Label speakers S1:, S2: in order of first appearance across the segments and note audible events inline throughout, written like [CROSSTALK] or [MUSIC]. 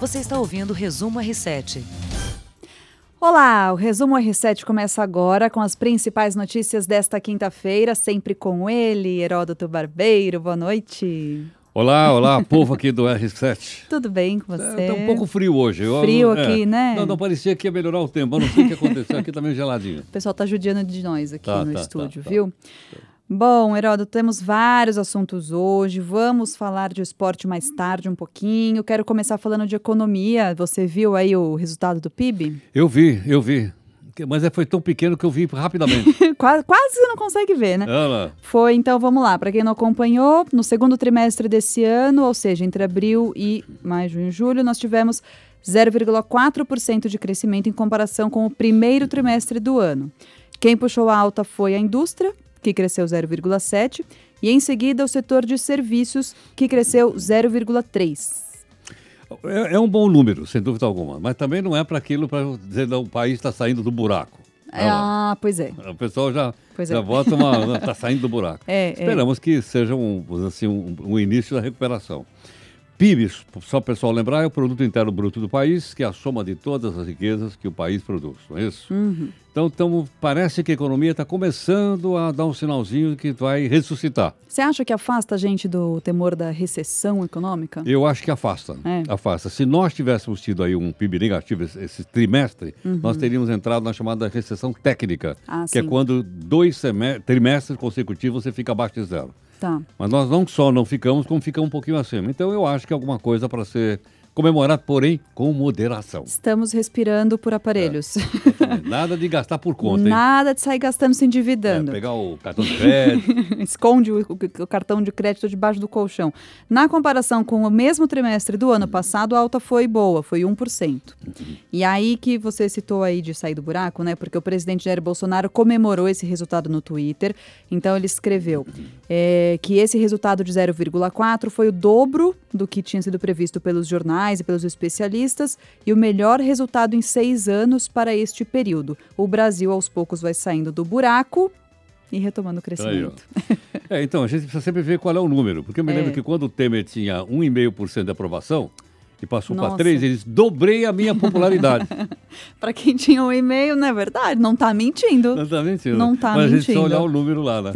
S1: Você está ouvindo o Resumo R7.
S2: Olá, o Resumo R7 começa agora com as principais notícias desta quinta-feira, sempre com ele, Heródoto Barbeiro. Boa noite.
S3: Olá, olá, povo aqui do R7.
S2: Tudo bem com você?
S3: Tá um pouco frio hoje. Eu-
S2: Frio
S3: é.
S2: aqui, né?
S3: Não, não parecia que ia melhorar o tempo. Eu não sei o que aconteceu. Aqui tá meio geladinho.
S2: O pessoal tá judiando de nós aqui
S3: Tá,
S2: no
S3: tá,
S2: estúdio,
S3: tá, tá.
S2: viu? Bom, Heródoto, temos vários assuntos hoje. Vamos falar de esporte mais tarde um pouquinho. Quero começar falando de economia. Você viu aí o resultado do [LAUGHS] PIB?
S3: Eu vi, eu vi. Que- Mas é, foi tão pequeno que eu vi
S2: [LAUGHS]
S3: rapidamente.
S2: quase, quase você não consegue ver, né?
S3: Ela.
S2: Foi, então vamos lá. Para quem não acompanhou, no segundo trimestre desse ano, ou seja, entre abril e maio, junho e julho, nós tivemos 0,4% de crescimento em comparação com o primeiro trimestre do ano. Quem puxou a alta foi a indústria, que cresceu 0,7%, e em seguida o setor de serviços, que cresceu 0,3%.
S3: É, é um bom número, sem dúvida alguma. Mas também não é para aquilo para dizer não, o país está saindo do buraco. Ela.
S2: Ah, pois é.
S3: [LAUGHS] O pessoal já,
S2: Pois é.
S3: já bota
S2: [LAUGHS]
S3: uma. Está saindo do buraco.
S2: É, é.
S3: Esperamos que seja um, vamos dizer assim, um, um início da recuperação. PIB, só o pessoal lembrar, é o produto interno bruto do país, que é a soma de todas as riquezas que o país produz, não é isso?
S2: Uhum.
S3: Então, tamo- parece que a economia está começando a dar um sinalzinho que vai ressuscitar.
S2: Você acha que afasta a gente do temor da recessão econômica?
S3: Eu acho que afasta.
S2: É.
S3: Afasta. Se nós tivéssemos tido aí um PIB negativo esse, esse trimestre, nós teríamos entrado na chamada recessão técnica,
S2: Uhum. Ah,
S3: que é
S2: sim.
S3: quando dois seme- trimestres consecutivos você fica abaixo de zero.
S2: Tá.
S3: Mas nós não só não ficamos, como ficamos um pouquinho acima. Então eu acho que é alguma coisa para ser comemorada, porém
S2: [LAUGHS]
S3: com moderação.
S2: Estamos respirando por aparelhos.
S3: Nada de gastar por conta, hein?
S2: Nada de sair gastando se
S3: É,
S2: endividando.
S3: pegar o cartão de crédito.
S2: [LAUGHS] Esconde o, o- o cartão de crédito debaixo do colchão. Na comparação com o mesmo trimestre do ano passado, a alta foi boa, foi 1%. E aí que você citou aí de sair do buraco, né? Porque o presidente Jair Bolsonaro comemorou esse resultado no Twitter. Então ele escreveu é, que esse resultado de 0,4 foi o dobro do que tinha sido previsto pelos jornais e pelos especialistas e o melhor resultado em seis anos para este período. O Brasil aos poucos vai saindo do buraco e retomando o
S3: Tá aí, ó.
S2: crescimento.
S3: [LAUGHS] É, então, a gente precisa sempre ver qual é o número. Porque eu me
S2: É.
S3: lembro que quando o Temer tinha 1,5% de aprovação, e passou para
S2: Nossa.
S3: 3, ele disse, dobrei a
S2: [LAUGHS]
S3: minha popularidade.
S2: Pra quem tinha um e-mail, não é verdade? Não tá mentindo.
S3: não está mentindo.
S2: Não tá
S3: Mas a gente
S2: mentindo.
S3: só olhar o número lá, né?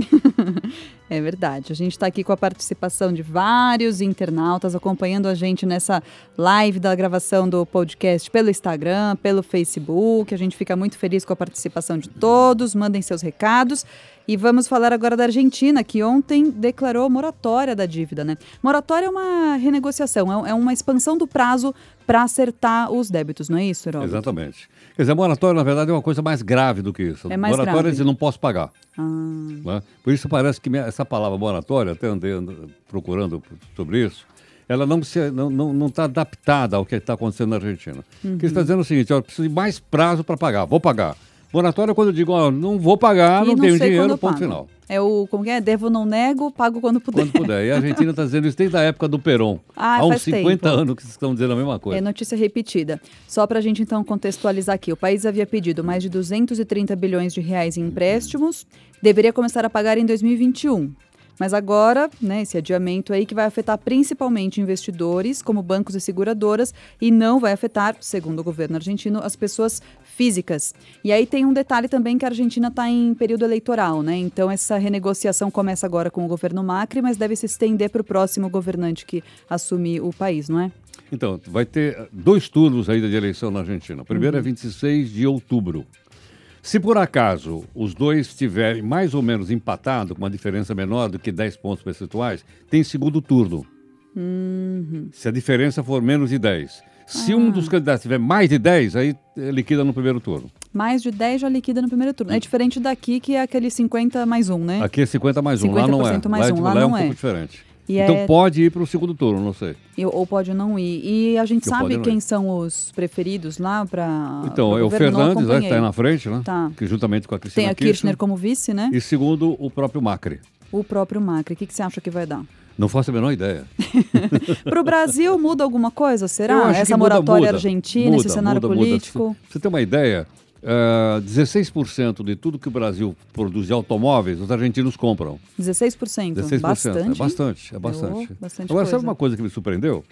S2: É verdade. A gente tá aqui com a participação de vários internautas acompanhando a gente nessa live da gravação do podcast pelo Instagram, pelo Facebook. A gente fica muito feliz com a participação de todos. Mandem seus recados. E vamos falar agora da Argentina, que ontem declarou moratória da dívida, né? Moratória é uma renegociação, é um- é uma expansão do prazo para acertar os débitos, não é isso, Herói?
S3: Exatamente. Quer dizer, moratória, na verdade, é uma coisa mais grave do que isso.
S2: É mais
S3: moratória
S2: grave.
S3: é dizer, não posso pagar.
S2: Ah,
S3: né? Por isso parece que minha- essa palavra moratória, até andei and- procurando p- sobre isso, ela não está não, não, não tá adaptada ao que está acontecendo na Argentina. O
S2: Uhum.
S3: que está dizendo é o seguinte, ó, eu preciso de mais prazo para pagar, vou pagar. Moratória é quando eu digo, ó, não vou pagar,
S2: e
S3: não
S2: sei
S3: tenho
S2: quando
S3: dinheiro,
S2: eu
S3: ponto
S2: pago.
S3: final.
S2: É o, como que é? Devo, não nego, pago quando puder.
S3: Quando puder. E a Argentina está dizendo isso desde a época do Perón.
S2: [LAUGHS] Ah,
S3: Há uns
S2: faz tempo.
S3: 50 anos que estão dizendo a mesma coisa.
S2: É notícia repetida. Só para a gente então contextualizar aqui, o país havia pedido mais de 230 bilhões de reais em empréstimos, deveria começar a pagar em 2021. Mas agora, né, esse adiamento aí que vai afetar principalmente investidores, como bancos e seguradoras, e não vai afetar, segundo o governo argentino, as pessoas físicas. E aí tem um detalhe também que a Argentina está em período eleitoral, né? Então essa renegociação começa agora com o governo Macri, mas deve se estender para o próximo governante que assumir o país, não é?
S3: Então, vai ter eh, dois turnos ainda de eleição na Argentina. O
S2: Uhum.
S3: primeiro é 26 de outubro. Se por acaso os dois estiverem mais ou menos empatado, com uma diferença menor do que 10 pontos percentuais, tem segundo turno.
S2: Uhum.
S3: Se a diferença for menos de 10. Se
S2: Ah.
S3: um dos candidatos tiver mais de 10, aí eh, liquida no primeiro turno.
S2: Mais de 10 já liquida no primeiro turno. É diferente daqui, que é aquele 50 mais um, né?
S3: Hum. Aqui é 50 mais 1, lá não é.
S2: 50% mais
S3: lá,
S2: um, lá
S3: é um
S2: não é.
S3: pouco diferente.
S2: E
S3: então
S2: é-
S3: pode ir para o segundo turno, não sei.
S2: E- ou pode não ir. E a gente
S3: Eu pode
S2: sabe
S3: não
S2: quem
S3: ir.
S2: são os preferidos lá para.
S3: Então, é o Fernandes, né, que está aí na frente, né?
S2: Tá.
S3: Que juntamente com a Cristina
S2: Tem a Kirchner como vice, né?
S3: E segundo, o próprio Macri.
S2: O próprio Macri. O que, que você acha que vai dar?
S3: Não faço a menor ideia.
S2: Para o
S3: [LAUGHS]
S2: Brasil, muda alguma coisa? Será?
S3: Eu acho
S2: Essa
S3: que muda,
S2: moratória
S3: muda.
S2: argentina,
S3: Muda,
S2: esse cenário
S3: muda, muda.
S2: político?
S3: Pra você ter uma ideia, eh, 16% de tudo que o Brasil produz de automóveis, os argentinos compram.
S2: 16%.
S3: 16%.
S2: Bastante.
S3: É bastante, é
S2: Oh,
S3: bastante.
S2: bastante
S3: Agora,
S2: coisa.
S3: sabe uma coisa que me surpreendeu?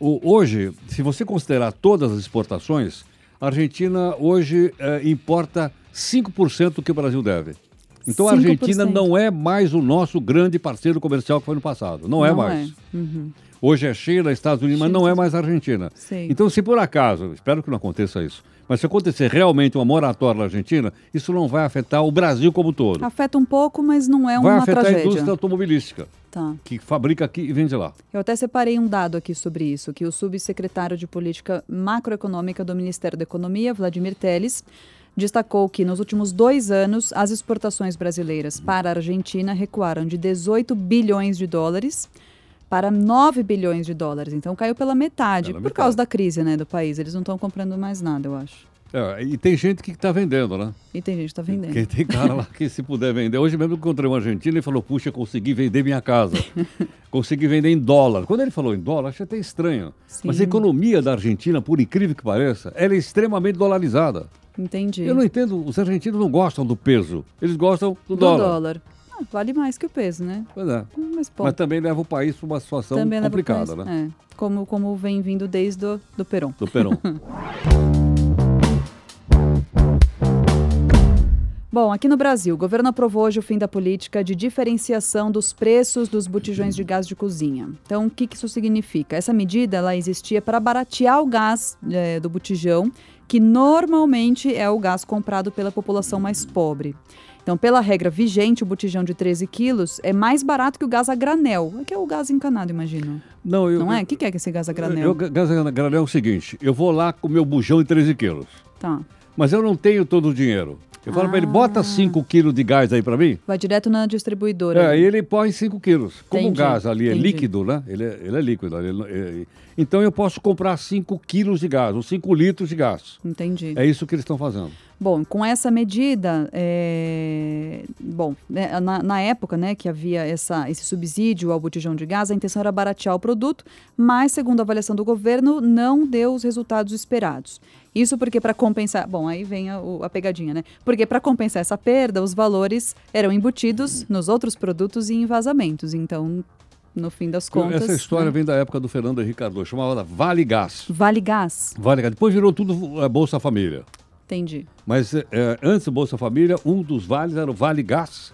S3: o- hoje, se você considerar todas as exportações, a Argentina hoje eh, importa 5% do que o Brasil deve. Então a Argentina
S4: 5%.
S3: não é mais o nosso grande parceiro comercial que foi no passado. Não, é
S2: Não
S3: mais.
S2: é. Uhum.
S3: Hoje é China, Estados Unidos, mas não é mais Argentina.
S2: Sim.
S3: Então, se por acaso, espero que não aconteça isso, mas se acontecer realmente uma moratória na Argentina, isso não vai afetar o Brasil como um todo.
S2: Afeta um pouco, mas não é
S3: vai
S2: uma
S3: afetar a
S2: tragédia.
S3: indústria automobilística,
S2: Tá.
S3: que fabrica aqui e vende lá.
S2: Eu até separei um dado aqui sobre isso, que o subsecretário de Política Macroeconômica do Ministério da Economia, Vladimir Teles, destacou que nos últimos dois anos as exportações brasileiras para a Argentina recuaram de 18 bilhões de dólares para 9 bilhões de dólares. Então caiu pela metade,
S3: Pela
S2: por
S3: metade.
S2: causa da crise né, do país. Eles não estão comprando mais nada, eu acho.
S3: É, e tem gente que está vendendo, né?
S2: E tem gente que está vendendo.
S3: Porque tem cara lá que se puder vender. Hoje mesmo eu encontrei um argentino e falou, puxa, consegui vender
S2: [LAUGHS]
S3: minha casa. consegui vender em dólar. Quando ele falou em dólar, achei até estranho. Mas
S2: Sim.
S3: a economia da Argentina, por incrível que pareça, ela é extremamente dolarizada.
S2: Entendi.
S3: Eu não entendo, os argentinos não gostam do peso, eles gostam do,
S2: Do
S3: dólar.
S2: dólar. Ah, vale mais que o peso, né?
S3: Pois é.
S2: Mas, pô,
S3: Mas também leva o país para uma situação
S2: leva pro
S3: complicada,
S2: país.
S3: né?
S2: É, como, como vem vindo desde o do Peron.
S3: Do
S2: [LAUGHS]
S3: Perão.
S2: Bom, aqui no Brasil, o governo aprovou hoje o fim da política de diferenciação dos preços dos botijões de gás de cozinha. Então, o que, que isso significa? Essa medida ela existia para baratear o gás eh, do botijão, que normalmente é o gás comprado pela população mais pobre. Então, pela regra vigente, o botijão de 13 quilos é mais barato que o gás a granel, que é o gás encanado, imagino.
S3: Não, eu,
S2: Não é? O que, que é que esse gás a
S3: Eu,
S2: granel?
S3: eu, Gaza Granel é o seguinte, eu vou lá com meu bujão de 13 quilos,
S2: Tá.
S3: mas eu não tenho todo o dinheiro. Eu falo para
S2: Ah.
S3: ele, bota 5 quilos de gás aí para mim.
S2: Vai direto na distribuidora.
S3: É, ele põe 5 quilos. Como o
S2: Entendi,
S3: gás ali é
S2: entendi.
S3: líquido, né? Ele é, ele é líquido. ele não- é- então eu posso comprar 5 quilos de gás, ou 5 litros de gás.
S2: Entendi.
S3: É isso que eles estão fazendo.
S2: Bom, com essa medida, é, bom, né, na, na época né, que havia essa, esse subsídio ao botijão de gás, a intenção era baratear o produto, mas, segundo a avaliação do governo, não deu os resultados esperados. Isso porque, para compensar. Bom, aí vem a, o- a pegadinha, né? Porque, para compensar essa perda, os valores eram embutidos nos outros produtos e em vazamentos. Então, no fim das contas.
S3: Essa história
S2: né,
S3: vem da época do Fernando Henrique Cardoso, chamava da Vale Gás.
S2: Vale gás.
S3: Vale Gás. Depois virou tudo eh, Bolsa Família.
S2: Entendi.
S3: Mas eh, eh, antes do Bolsa Família, um dos vales era o Vale Gás.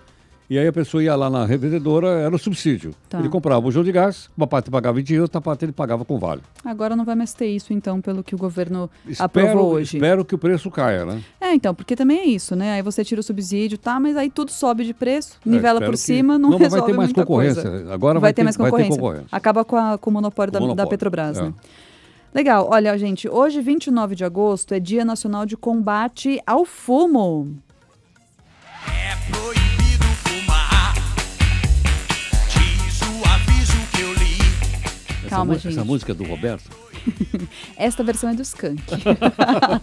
S3: E aí a pessoa ia lá na revendedora, era o subsídio.
S2: Tá.
S3: Ele comprava um jogo de gás, uma parte pagava em dinheiro, outra parte ele pagava com vale.
S2: Agora não vai mais ter isso, então, pelo que o governo
S3: Espero,
S2: aprovou hoje.
S3: espero que o preço caia, né?
S2: É, então, porque também é isso, né? Aí você tira o subsídio, tá, mas aí tudo sobe de preço,
S3: É,
S2: nivela
S3: espero
S2: por
S3: que-
S2: cima, não,
S3: Não, mas
S2: resolve
S3: vai ter mais
S2: muita
S3: concorrência.
S2: coisa.
S3: Agora vai ter-
S2: mais
S3: vai ter
S2: concorrência.
S3: concorrência.
S2: Acaba com, a- com o monopólio, da,
S3: O monopólio,
S2: da Petrobras,
S3: é.
S2: né? Legal. Olha, gente, hoje, 29 de agosto, é Dia Nacional de Combate ao Fumo.
S5: É proibido fumar. Diz o aviso que eu li.
S2: Calma,
S3: essa, mu-
S2: gente.
S3: essa música é do Roberto?
S2: Esta versão é do Skank. [LAUGHS]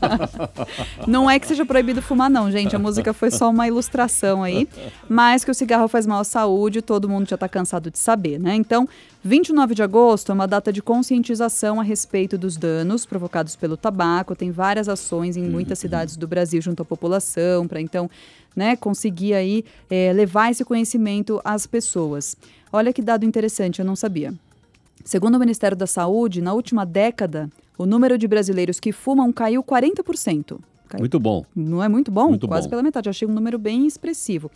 S2: não é que seja proibido fumar, não, gente. A música foi só uma ilustração aí. Mas que o cigarro faz mal à saúde, todo mundo já tá cansado de saber, né? Então, 29 de agosto é uma data de conscientização a respeito dos danos provocados pelo tabaco. Tem várias ações em muitas cidades do Brasil junto à população, para então, né, conseguir aí eh, levar esse conhecimento às pessoas. Olha que dado interessante, eu não sabia. Segundo o Ministério da Saúde, na última década, o número de brasileiros que fumam caiu 40%. Caiu.
S3: Muito bom.
S2: Não é muito bom?
S3: Muito
S2: Quase
S3: bom.
S2: pela metade. Eu Achei um número bem expressivo.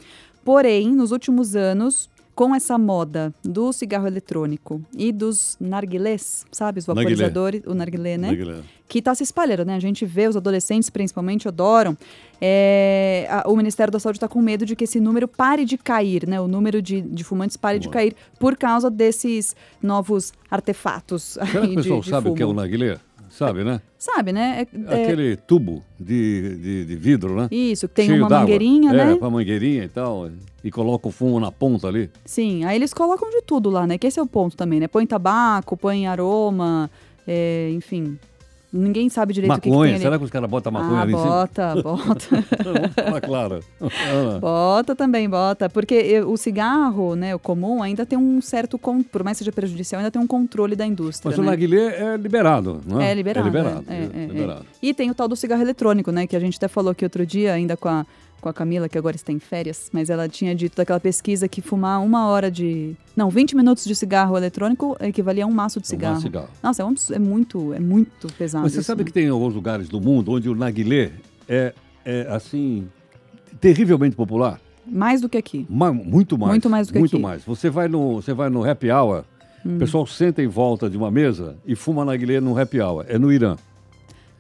S2: Porém, nos últimos anos, com essa moda do cigarro eletrônico e dos narguilés, sabe? Os
S3: Narguilé.
S2: vaporizadores, o narguilé, né?
S3: Narguilé.
S2: Que está se espalhando, né? A gente vê, os adolescentes principalmente adoram. É, a- o Ministério da Saúde está com medo de que esse número pare de cair, né? O número de, de fumantes pare de
S3: Boa.
S2: cair por causa desses novos artefatos.
S3: Será que
S2: aí [LAUGHS]
S3: o
S2: de-
S3: pessoal
S2: de
S3: sabe o que é o
S2: fumo.
S3: narguilé? Sabe, né?
S2: Sabe, né? É- é-
S3: Aquele tubo de, de, de vidro, né?
S2: Isso, que tem
S3: Cheio
S2: uma
S3: d'água.
S2: mangueirinha, né?
S3: É, uma mangueirinha e tal. E coloca o fumo na ponta ali.
S2: Sim, aí eles colocam de tudo lá, né? Que esse é o ponto também, né? Põe tabaco, põe aroma, é, enfim. Ninguém sabe direito o que, que tem
S3: maconha.
S2: ali.
S3: Será que os caras botam maconha
S2: ah,
S3: ali
S2: bota, bota.
S3: em cima? [LAUGHS] Vamos falar
S2: [LAUGHS]
S3: claro. Ah,
S2: bota também, bota. Porque eh, o cigarro, né, o comum, ainda tem um certo, con- por mais que seja prejudicial, ainda tem um controle da indústria,
S3: Mas o
S2: né?
S3: narguilé é liberado, não é?
S2: É liberado.
S3: É liberado.
S2: é, é, é.
S3: liberado.
S2: E tem o tal do cigarro eletrônico, né? Que a gente até falou aqui outro dia, ainda com a com a Camila, que agora está em férias, mas ela tinha dito daquela pesquisa que fumar uma hora de. Não, 20 minutos de cigarro eletrônico equivalia a um maço de
S3: É um maço
S2: cigarro.
S3: de cigarro.
S2: Nossa, é, um abs- é muito, é muito pesado.
S3: Mas você
S2: isso,
S3: sabe
S2: né?
S3: que tem alguns lugares do mundo onde o narguilé é, é, assim, terrivelmente popular?
S2: Mais do que aqui.
S3: Ma- muito mais.
S2: Muito mais do que
S3: Muito
S2: aqui. Hum.
S3: mais. Você vai no, você vai no happy hour, o pessoal senta em volta de uma mesa e fuma narguilé no happy hour. É no Irã.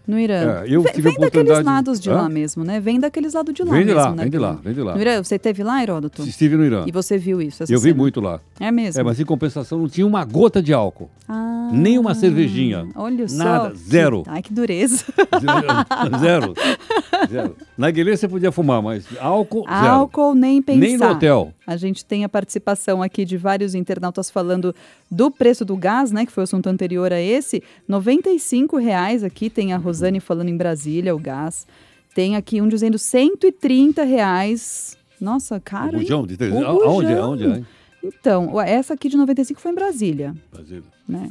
S2: No Irã.
S3: É, eu
S2: Ve-
S3: tive
S2: vem daqueles
S3: a oportunidade-
S2: lados de lá
S3: Hã?
S2: mesmo, né? Vem daqueles lados de lá
S3: Vem de
S2: mesmo,
S3: lá,
S2: né?
S3: vem de lá,
S2: Camila?
S3: vem de lá.
S2: No Irã, você teve lá, Heródoto?
S3: Estive no Irã.
S2: E você viu isso? essa
S3: Eu vi
S2: cena?
S3: muito lá.
S2: É mesmo?
S3: É, mas em compensação não tinha uma gota de álcool.
S2: Ah,
S3: nem uma cervejinha.
S2: Olha só.
S3: Nada,
S2: que-
S3: zero.
S2: Ai, que dureza.
S3: zero. Zero. Na Guilherme você podia fumar, mas álcool, [LAUGHS] zero.
S2: Álcool nem pensar.
S3: Nem no hotel.
S2: A gente tem a participação aqui de vários internautas falando do preço do gás, né? Que foi o assunto anterior a esse. R$ 95 reais aqui tem a Rosane falando em Brasília, o gás. Tem aqui um dizendo R$ 130 reais. Nossa, caro.
S3: O
S2: hein?
S3: bujão de três-
S2: O
S3: a- aonde é?
S2: bujão.
S3: Aonde é, hein?
S2: Então, ué, essa aqui de 95 foi em Brasília,
S3: Brasília.
S2: né?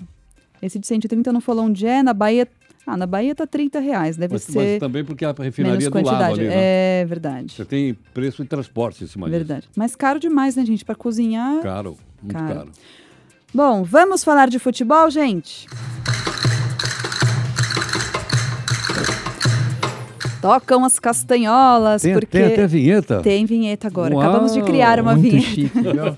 S2: Esse de 130 não falou onde é, na Bahia. Ah, na Bahia tá 30 reais. Deve
S3: Mas, mas
S2: ser
S3: também porque a
S2: menos
S3: refinaria do lado
S2: quantidade.
S3: ali, né?
S2: É verdade. é
S3: Você tem preço de transporte em cima disso.
S2: Verdade. Mas caro demais, né, gente? Pra cozinhar.
S3: Caro, muito
S2: Caro.
S3: caro.
S2: Bom, vamos falar de futebol, gente? Tocam as castanholas,
S3: Tem,
S2: porque.
S3: tem até vinheta.
S2: Tem vinheta agora.
S3: Uau,
S2: Acabamos de criar uma
S4: Muito
S2: vinheta
S4: [LAUGHS] chique, legal.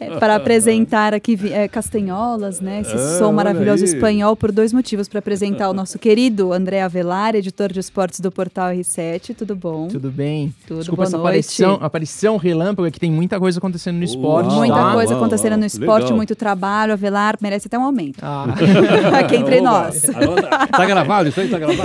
S2: É,
S3: [LAUGHS]
S2: para apresentar aqui vi- eh, castanholas, né? Esse
S3: Ah,
S2: som
S3: olha
S2: maravilhoso
S3: aí.
S2: espanhol por dois motivos para
S3: [LAUGHS]
S2: apresentar o nosso querido André Avelar, editor de esportes do Portal R7. Tudo bom?
S4: Tudo bem?
S2: Tudo,
S4: Desculpa
S2: boa
S4: essa
S2: noite.
S4: aparição, aparição relâmpago, é que tem muita coisa acontecendo no esporte.
S3: Uau.
S2: Muita
S4: tá?
S2: coisa
S3: uau,
S2: acontecendo
S3: uau.
S2: no esporte,
S3: Legal.
S2: muito trabalho. Avelar merece até um aumento.
S4: Ah, [LAUGHS]
S2: aqui entre
S3: Oba,
S2: nós.
S3: agora tá, tá gravado isso aí? Tá gravado?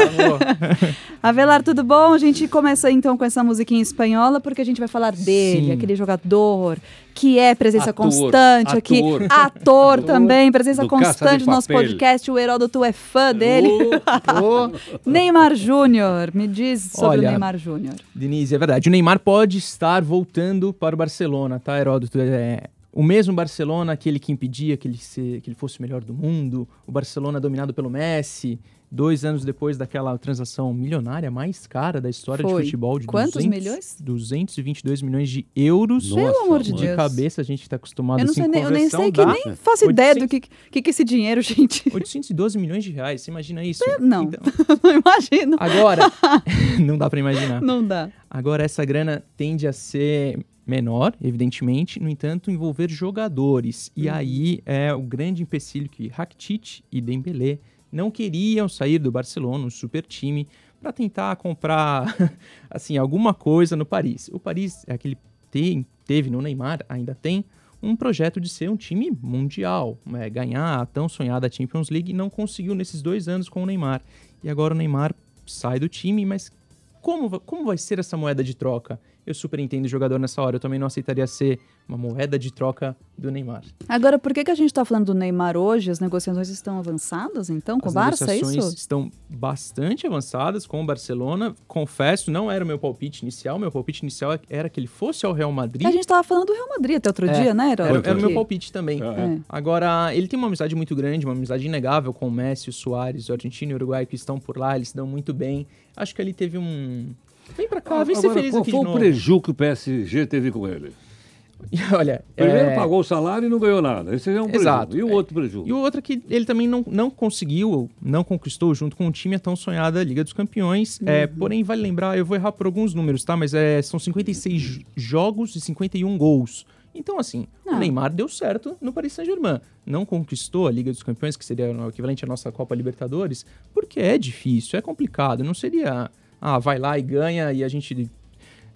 S2: Avelar, tudo bom? A gente começa então com essa musiquinha espanhola, porque a gente vai falar dele,
S4: Sim.
S2: aquele jogador que é presença
S3: Ator,
S2: constante aqui,
S3: ator.
S2: ator também, presença
S3: Do Casa
S2: constante
S3: de
S2: no nosso
S3: Papel.
S2: podcast. O Heródoto é fã [LAUGHS] dele.
S4: ô,
S2: Neymar Júnior, me diz sobre
S4: Olha,
S2: o Neymar Júnior.
S4: Denise, é verdade. O Neymar pode estar voltando para o Barcelona, tá, Heródoto? É, o mesmo Barcelona, aquele que impedia que ele, se- que ele fosse o melhor do mundo, o Barcelona dominado pelo Messi, dois anos depois daquela transação milionária mais cara da história
S2: Foi.
S4: de futebol. De
S2: Quantos milhões?
S4: 222 milhões de euros.
S3: Nossa, Pelo amor de
S4: de
S2: mano. Deus.
S4: cabeça, a gente está acostumado
S2: Eu não
S4: assim,
S2: sei, nem, eu nem
S4: conversão
S2: sei que
S4: dá- né?
S2: nem faço ideia do que, que, que é esse dinheiro, [LAUGHS] gente.
S4: 812 milhões de reais, você imagina isso?
S2: Não.
S4: Então,
S2: não imagino.
S4: agora, [LAUGHS] não dá pra imaginar.
S2: Não dá.
S4: Agora, essa grana tende a ser menor, evidentemente, no entanto, envolver jogadores. E aí é o grande empecilho que Rakitic e Dembélé não queriam sair do Barcelona, um super time, para tentar comprar [LAUGHS] assim alguma coisa no Paris. O Paris é aquele tem, teve no Neymar, ainda tem um projeto de ser um time mundial, né, ganhar a tão sonhada Champions League e não conseguiu nesses dois anos com o Neymar. E agora o Neymar sai do time, mas como, va- como vai ser essa moeda de troca? Eu super entendo o jogador nessa hora, eu também não aceitaria ser uma moeda de troca do Neymar.
S2: Agora, por que, que a gente tá falando do Neymar hoje? As negociações estão avançadas, então, com o
S4: As
S2: Barça, é
S4: negociações
S2: isso?
S4: estão bastante avançadas com o Barcelona. Confesso, não era o meu palpite inicial. Meu palpite inicial era que ele fosse ao Real Madrid.
S2: A gente tava falando do Real Madrid até outro
S4: É,
S2: dia, né, Herói?
S4: Era,
S3: Foi,
S4: era o
S3: foi.
S4: meu palpite também.
S3: É.
S4: Agora, ele tem uma amizade muito grande, uma amizade inegável com o Messi, o Soares, o argentino e o uruguai que estão por lá, eles se dão muito bem. Acho que ele teve um. Vem pra cá, vem ser
S3: Ah, Agora,
S4: feliz
S3: qual
S4: aqui de
S3: foi o
S4: novo.
S3: prejuízo que o PSG teve com ele?
S4: E [LAUGHS] Olha,
S3: Primeiro
S4: é,
S3: pagou o salário e não ganhou nada. Esse é um prejuízo.
S4: Exato.
S3: E o outro prejuízo?
S4: E o outro é que ele também não, não conseguiu, não conquistou junto com o time a tão sonhada Liga dos Campeões. É, porém, vale lembrar, eu vou errar por alguns números, tá? Mas é, são 56 jo- jogos e 51 gols. Então, assim,
S2: Ah.
S4: o Neymar deu certo no Paris Saint-Germain. Não conquistou a Liga dos Campeões, que seria o equivalente à nossa Copa Libertadores, porque é difícil, é complicado. Não seria, ah, vai lá e ganha e a gente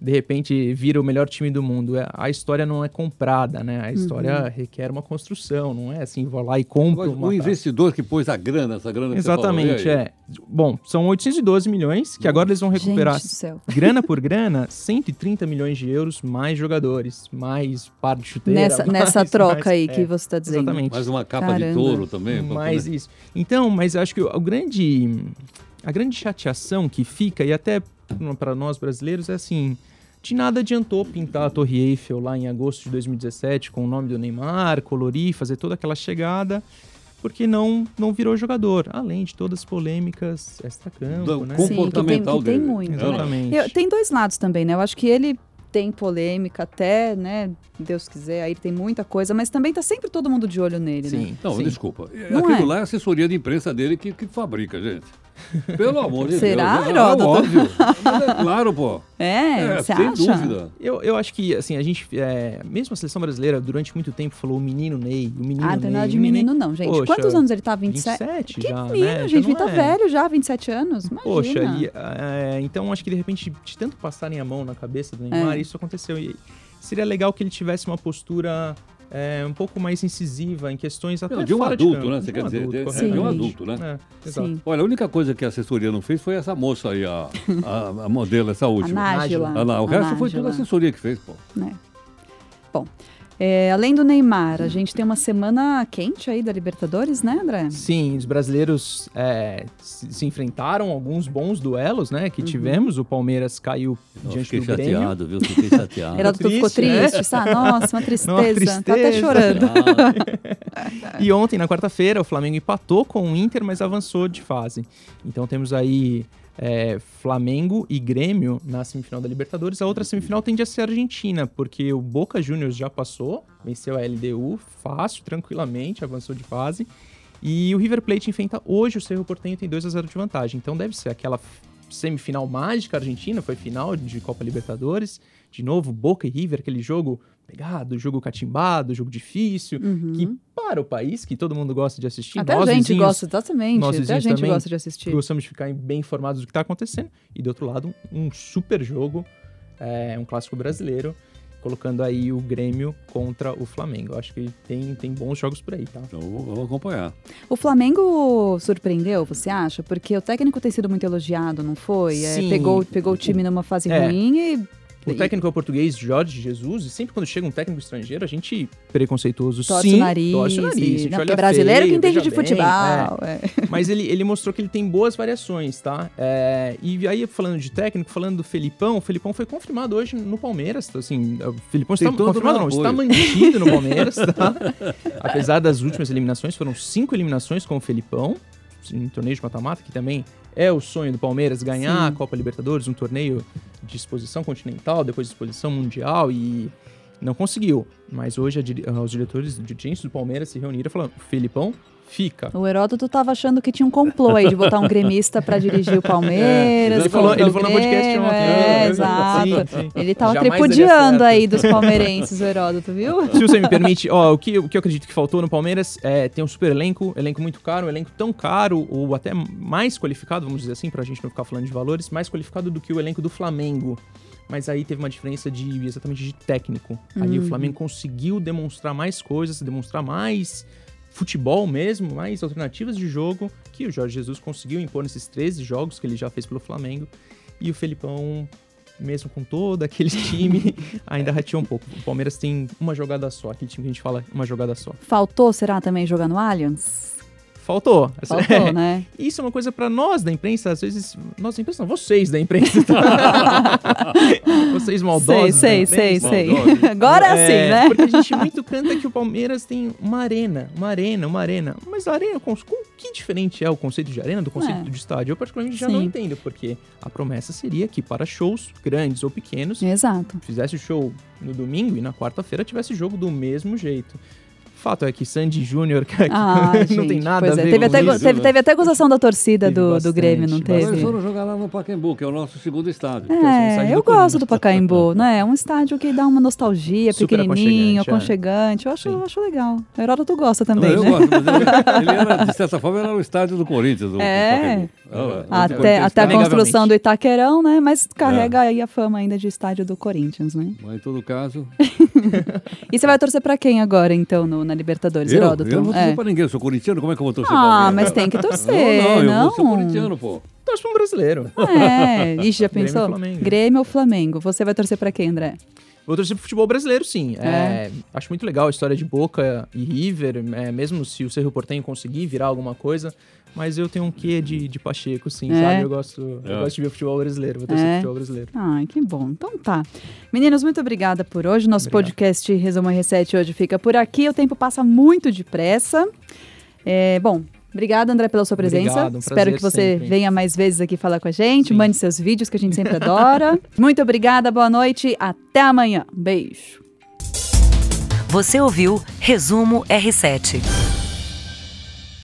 S4: de repente vira o melhor time do mundo. É, A história não é comprada, né? A história requer uma construção, não é assim, vou lá e compro.
S3: Agora,
S4: Uma
S3: o investidor que pôs a grana, essa grana que você falou, e aí?
S4: Exatamente, é. Bom, são 812 milhões, que agora eles vão recuperar.
S2: Gente do céu.
S4: Grana por grana, 130 milhões de euros, mais jogadores, mais par de chuteira.
S2: Nessa,
S4: mais-
S2: nessa troca aí
S4: mais-
S2: que
S4: é,
S2: você tá dizendo.
S4: Exatamente.
S3: Mais uma capa
S2: Caramba.
S3: de touro também. pra
S4: Mais
S3: poder-
S4: isso. Então, mas eu acho que o, o grande, a grande chateação que fica, e até para nós brasileiros, é assim: de nada adiantou pintar a Torre Eiffel lá em agosto de 2017 com o nome do Neymar, colorir, fazer toda aquela chegada. porque não, não virou jogador, além de todas as polêmicas extra-campo,
S3: Do
S4: né?
S2: Sim, que tem-
S3: comportamental
S2: que tem
S3: dele.
S2: muito, né?
S4: Exatamente.
S2: Eu- tem dois lados também, né? Eu acho que ele tem polêmica até, né? Deus quiser, aí tem muita coisa, mas também tá sempre todo mundo de olho nele, né?
S4: Sim,
S3: Não,
S4: sim.
S3: desculpa.
S2: Não
S3: Aquilo
S2: é.
S3: lá é a assessoria de imprensa dele que, que fabrica, gente. Pelo amor
S2: [LAUGHS]
S3: de
S2: Será,
S3: Deus.
S2: Heródoto?
S3: É
S2: [LAUGHS]
S3: óbvio. Mas é claro, pô.
S2: É,
S3: É,
S2: você
S3: sem
S2: acha?
S3: dúvida.
S4: Eu, eu acho que, assim, a gente, é, mesmo a seleção brasileira, durante muito tempo, falou o menino Ney, o menino
S2: Ah, não
S4: Ney.
S2: tem nada de
S4: o
S2: menino, não, gente.
S4: Poxa,
S2: Quantos anos ele tá? 27?
S4: 27
S2: que
S4: já,
S2: menino,
S4: né? Já
S2: gente. Ele
S4: não
S2: tá
S4: é.
S2: velho já, 27 anos. Imagina.
S4: Poxa, e, é, então acho que de repente, de tanto passarem a mão na cabeça do Neymar,
S2: É.
S4: isso aconteceu. E seria legal que ele tivesse uma postura é, um pouco mais incisiva em questões até
S3: Não, de um
S4: fora
S3: adulto,
S4: campo.
S3: né? Você
S4: De
S3: quer
S4: um
S3: dizer,
S4: adulto,
S3: de-
S2: correto.
S3: de um
S2: Sim.
S3: adulto, né?
S4: É, exato.
S2: Sim.
S3: Olha, a única coisa que a assessoria não fez foi essa moça aí, a, a, a modelo, essa
S2: A
S3: última.
S2: Nájila.
S3: Olha lá, o
S2: A
S3: resto foi tudo a
S2: Nájila.
S3: assessoria que fez, pô.
S2: né? Bom, é, além do Neymar, a gente tem uma semana quente aí da Libertadores, né, André?
S4: Sim, os brasileiros é, se, se enfrentaram alguns bons duelos, né?
S2: Uhum.
S4: Que tivemos. O Palmeiras caiu diante do Grêmio.
S3: viu? Fiquei
S2: [LAUGHS]
S3: chateado.
S2: Heraldo
S4: triste,
S2: ficou
S4: né?
S2: triste,
S4: [LAUGHS]
S2: sabe? Nossa, uma tristeza. Tá até
S4: tristeza.
S2: chorando.
S4: E ontem, na quarta-feira, o Flamengo empatou com o Inter, mas avançou de fase. Então temos aí é, Flamengo e Grêmio na semifinal da Libertadores. A outra semifinal tende a ser a Argentina, porque o Boca Juniors já passou, venceu a LDU fácil, tranquilamente, avançou de fase. E o River Plate enfrenta hoje o Cerro Porteño tem 2 a 0 de vantagem. Então deve ser aquela f- semifinal mágica argentina, foi final de Copa Libertadores. De novo, Boca e River, aquele jogo pegado, jogo catimbado, jogo difícil,
S2: Uhum.
S4: que para o país, que todo mundo gosta de assistir,
S2: Até a
S4: nós
S2: gente
S4: vizinhos,
S2: gosta, exatamente.
S4: nós
S2: Até a
S4: vizinhos
S2: gente
S4: também
S2: gosta de assistir.
S4: gostamos de ficar bem informados do que está acontecendo. E do outro lado, um super jogo, é, um clássico brasileiro, colocando aí o Grêmio contra o Flamengo. Eu Acho que tem, tem bons jogos por aí, tá?
S3: Então, eu vou, eu vou acompanhar.
S2: O Flamengo surpreendeu, você acha? Porque o técnico tem sido muito elogiado, não foi? É,
S4: Sim.
S2: pegou, pegou o time numa fase
S4: É.
S2: ruim e.
S4: O
S2: e
S4: técnico é o português Jorge Jesus, e sempre quando chega um técnico estrangeiro, a gente preconceituoso
S2: Torce
S4: sim,
S2: o nariz.
S4: torce o
S2: e-
S4: nariz, a gente
S2: não, porque
S4: olha
S2: brasileiro
S4: feio,
S2: que entende
S4: veja
S2: de
S4: bem,
S2: futebol.
S4: é.
S2: é.
S4: [LAUGHS] Mas ele, ele mostrou que ele tem boas variações, tá? É, e aí, falando de técnico, falando do Felipão, o Felipão foi confirmado hoje no Palmeiras. tá? Assim, o Felipão
S3: Tem
S4: está
S3: todo
S4: confirmado,
S3: o
S4: não,
S3: apoio. [LAUGHS]
S4: está mantido no Palmeiras, tá? Apesar das últimas eliminações, foram cinco eliminações com o Felipão, em torneio de mata-mata, que também é o sonho do Palmeiras ganhar a Copa Libertadores, um torneio de exposição continental, depois de exposição mundial e não conseguiu. Mas hoje a dire- os diretores dirigentes do Palmeiras se reuniram e falaram: Felipão, fica.
S2: O Heródoto tava achando que tinha um complô aí de botar um gremista pra
S4: [LAUGHS]
S2: dirigir o Palmeiras.
S3: Ele
S4: Ele falou,
S2: contra
S4: ele
S2: o
S4: falou no podcast
S2: Grêmio,
S4: ontem.
S2: É,
S4: né?
S2: exato.
S4: Sim, sim.
S2: Ele tava
S4: Jamais é
S2: tripudiando
S4: daria
S2: aí dos palmeirenses, o Heródoto, viu?
S4: Se você me permite, ó, o que, o que eu acredito que faltou no Palmeiras é tem um super elenco, elenco muito caro, um elenco tão caro, ou até mais qualificado, vamos dizer assim, pra gente não ficar falando de valores, mais qualificado do que o elenco do Flamengo. Mas aí teve uma diferença de exatamente de técnico. Ali o Flamengo conseguiu demonstrar mais coisas, demonstrar mais futebol mesmo, mais alternativas de jogo que o Jorge Jesus conseguiu impor nesses 13 jogos que ele já fez pelo Flamengo. E o Felipão, mesmo com todo aquele [LAUGHS] time, ainda rateou um pouco. O Palmeiras tem uma jogada só, aquele time que a gente fala uma jogada só.
S2: Faltou, será, também jogar no Allianz?
S4: Faltou.
S2: Faltou, né?
S4: Isso [LAUGHS] é uma coisa pra nós da imprensa, às vezes. Nós da imprensa, não, vocês
S2: [LAUGHS]
S4: da imprensa. [LAUGHS] tá? vocês
S2: Sei,
S4: maldosos.
S2: sei,
S4: da imprensa. É,
S2: sei, sei.
S3: Maldosos.
S2: [LAUGHS] Agora sim, né?
S4: Porque a gente muito canta que o Palmeiras tem uma arena, uma arena, uma arena. Mas a arena, com, com que diferente é o conceito de arena do conceito
S2: É.
S4: de estádio? Eu particularmente já
S2: Sim.
S4: não entendo, porque a promessa seria que para shows grandes ou
S2: É.
S4: pequenos,
S2: Exato.
S4: fizesse o show no domingo e na quarta-feira tivesse jogo do mesmo jeito. Fato é que Sandy Júnior [LAUGHS] que
S2: Ah,
S4: [LAUGHS] não
S2: gente,
S4: tem nada
S2: pois
S4: a
S2: é.
S4: ver
S2: Teve
S4: com
S2: até,
S4: isso.
S2: go-
S3: isso,
S2: teve,
S3: né?
S2: teve até gozação da torcida
S4: Teve
S2: do, do
S4: bastante,
S2: Grêmio, não
S4: bastante.
S3: Agora eles
S2: teve?
S3: foram jogar lá no Pacaembu, que é o nosso segundo estádio.
S4: eu sou um
S2: É,
S4: estádio
S2: eu
S4: do Corinthians.
S2: gosto do Pacaembu, né? É um estádio que dá uma nostalgia,
S4: Super
S2: pequenininho, aconchegante.
S4: aconchegante,
S2: Eu acho,
S4: Sim.
S2: eu acho legal. A Heródoto gosta
S3: Não,
S2: também,
S3: é. eu
S2: né?
S3: gosto, mas
S2: [LAUGHS]
S3: ele, ele era, de certa forma, era o estádio do Corinthians. O,
S2: É.
S3: o Pacaembu. Ah, lá, onde o
S2: Até,
S3: Corinthians
S2: até a
S3: estava.
S4: Inegavelmente.
S2: construção do Itaquerão, né? Mas carrega
S3: É.
S2: aí a fama ainda de estádio do Corinthians, né?
S3: Mas, em todo caso,
S2: E você vai torcer pra quem agora, então, no- na Libertadores,
S3: eu, eu
S2: Heródoto?
S3: não vou
S2: É.
S3: torcer pra ninguém. Eu sou corintiano, como é que eu vou torcer
S2: Ah,
S3: pra
S2: mas
S3: [LAUGHS]
S2: tem que torcer,
S3: Não,
S2: não?
S3: não, eu vou ser corintiano, pô.
S4: Torce pra um brasileiro.
S2: É, ixi, já
S3: [LAUGHS]
S4: Grêmio e
S2: pensou?
S4: Flamengo.
S2: Grêmio ou Flamengo? Você vai torcer pra quem, André?
S4: Vou torcer pro futebol brasileiro, sim.
S2: É.
S4: É, acho muito legal a história de Boca e River, é, mesmo se o Cerro Portenho conseguir virar alguma coisa. Mas eu tenho um quê de, de Pacheco, sim,
S2: É.
S4: sabe? Eu gosto, eu
S3: É.
S4: gosto de ver futebol brasileiro, vou torcer
S2: É.
S4: pro futebol brasileiro.
S2: Ai, que bom. Então tá. Meninos, muito obrigada por hoje. Nosso
S4: Obrigado.
S2: podcast Resumo Reset hoje fica por aqui. O tempo passa muito depressa. É, bom, obrigada, André, pela sua presença.
S4: Obrigado, um
S2: Espero
S4: prazer
S2: que você
S4: sempre.
S2: venha mais vezes aqui falar com a gente.
S4: Sim.
S2: Mande seus vídeos, que a gente sempre
S4: [LAUGHS]
S2: adora. Muito obrigada, boa noite. Até amanhã. Beijo.
S1: Você ouviu Resumo R7.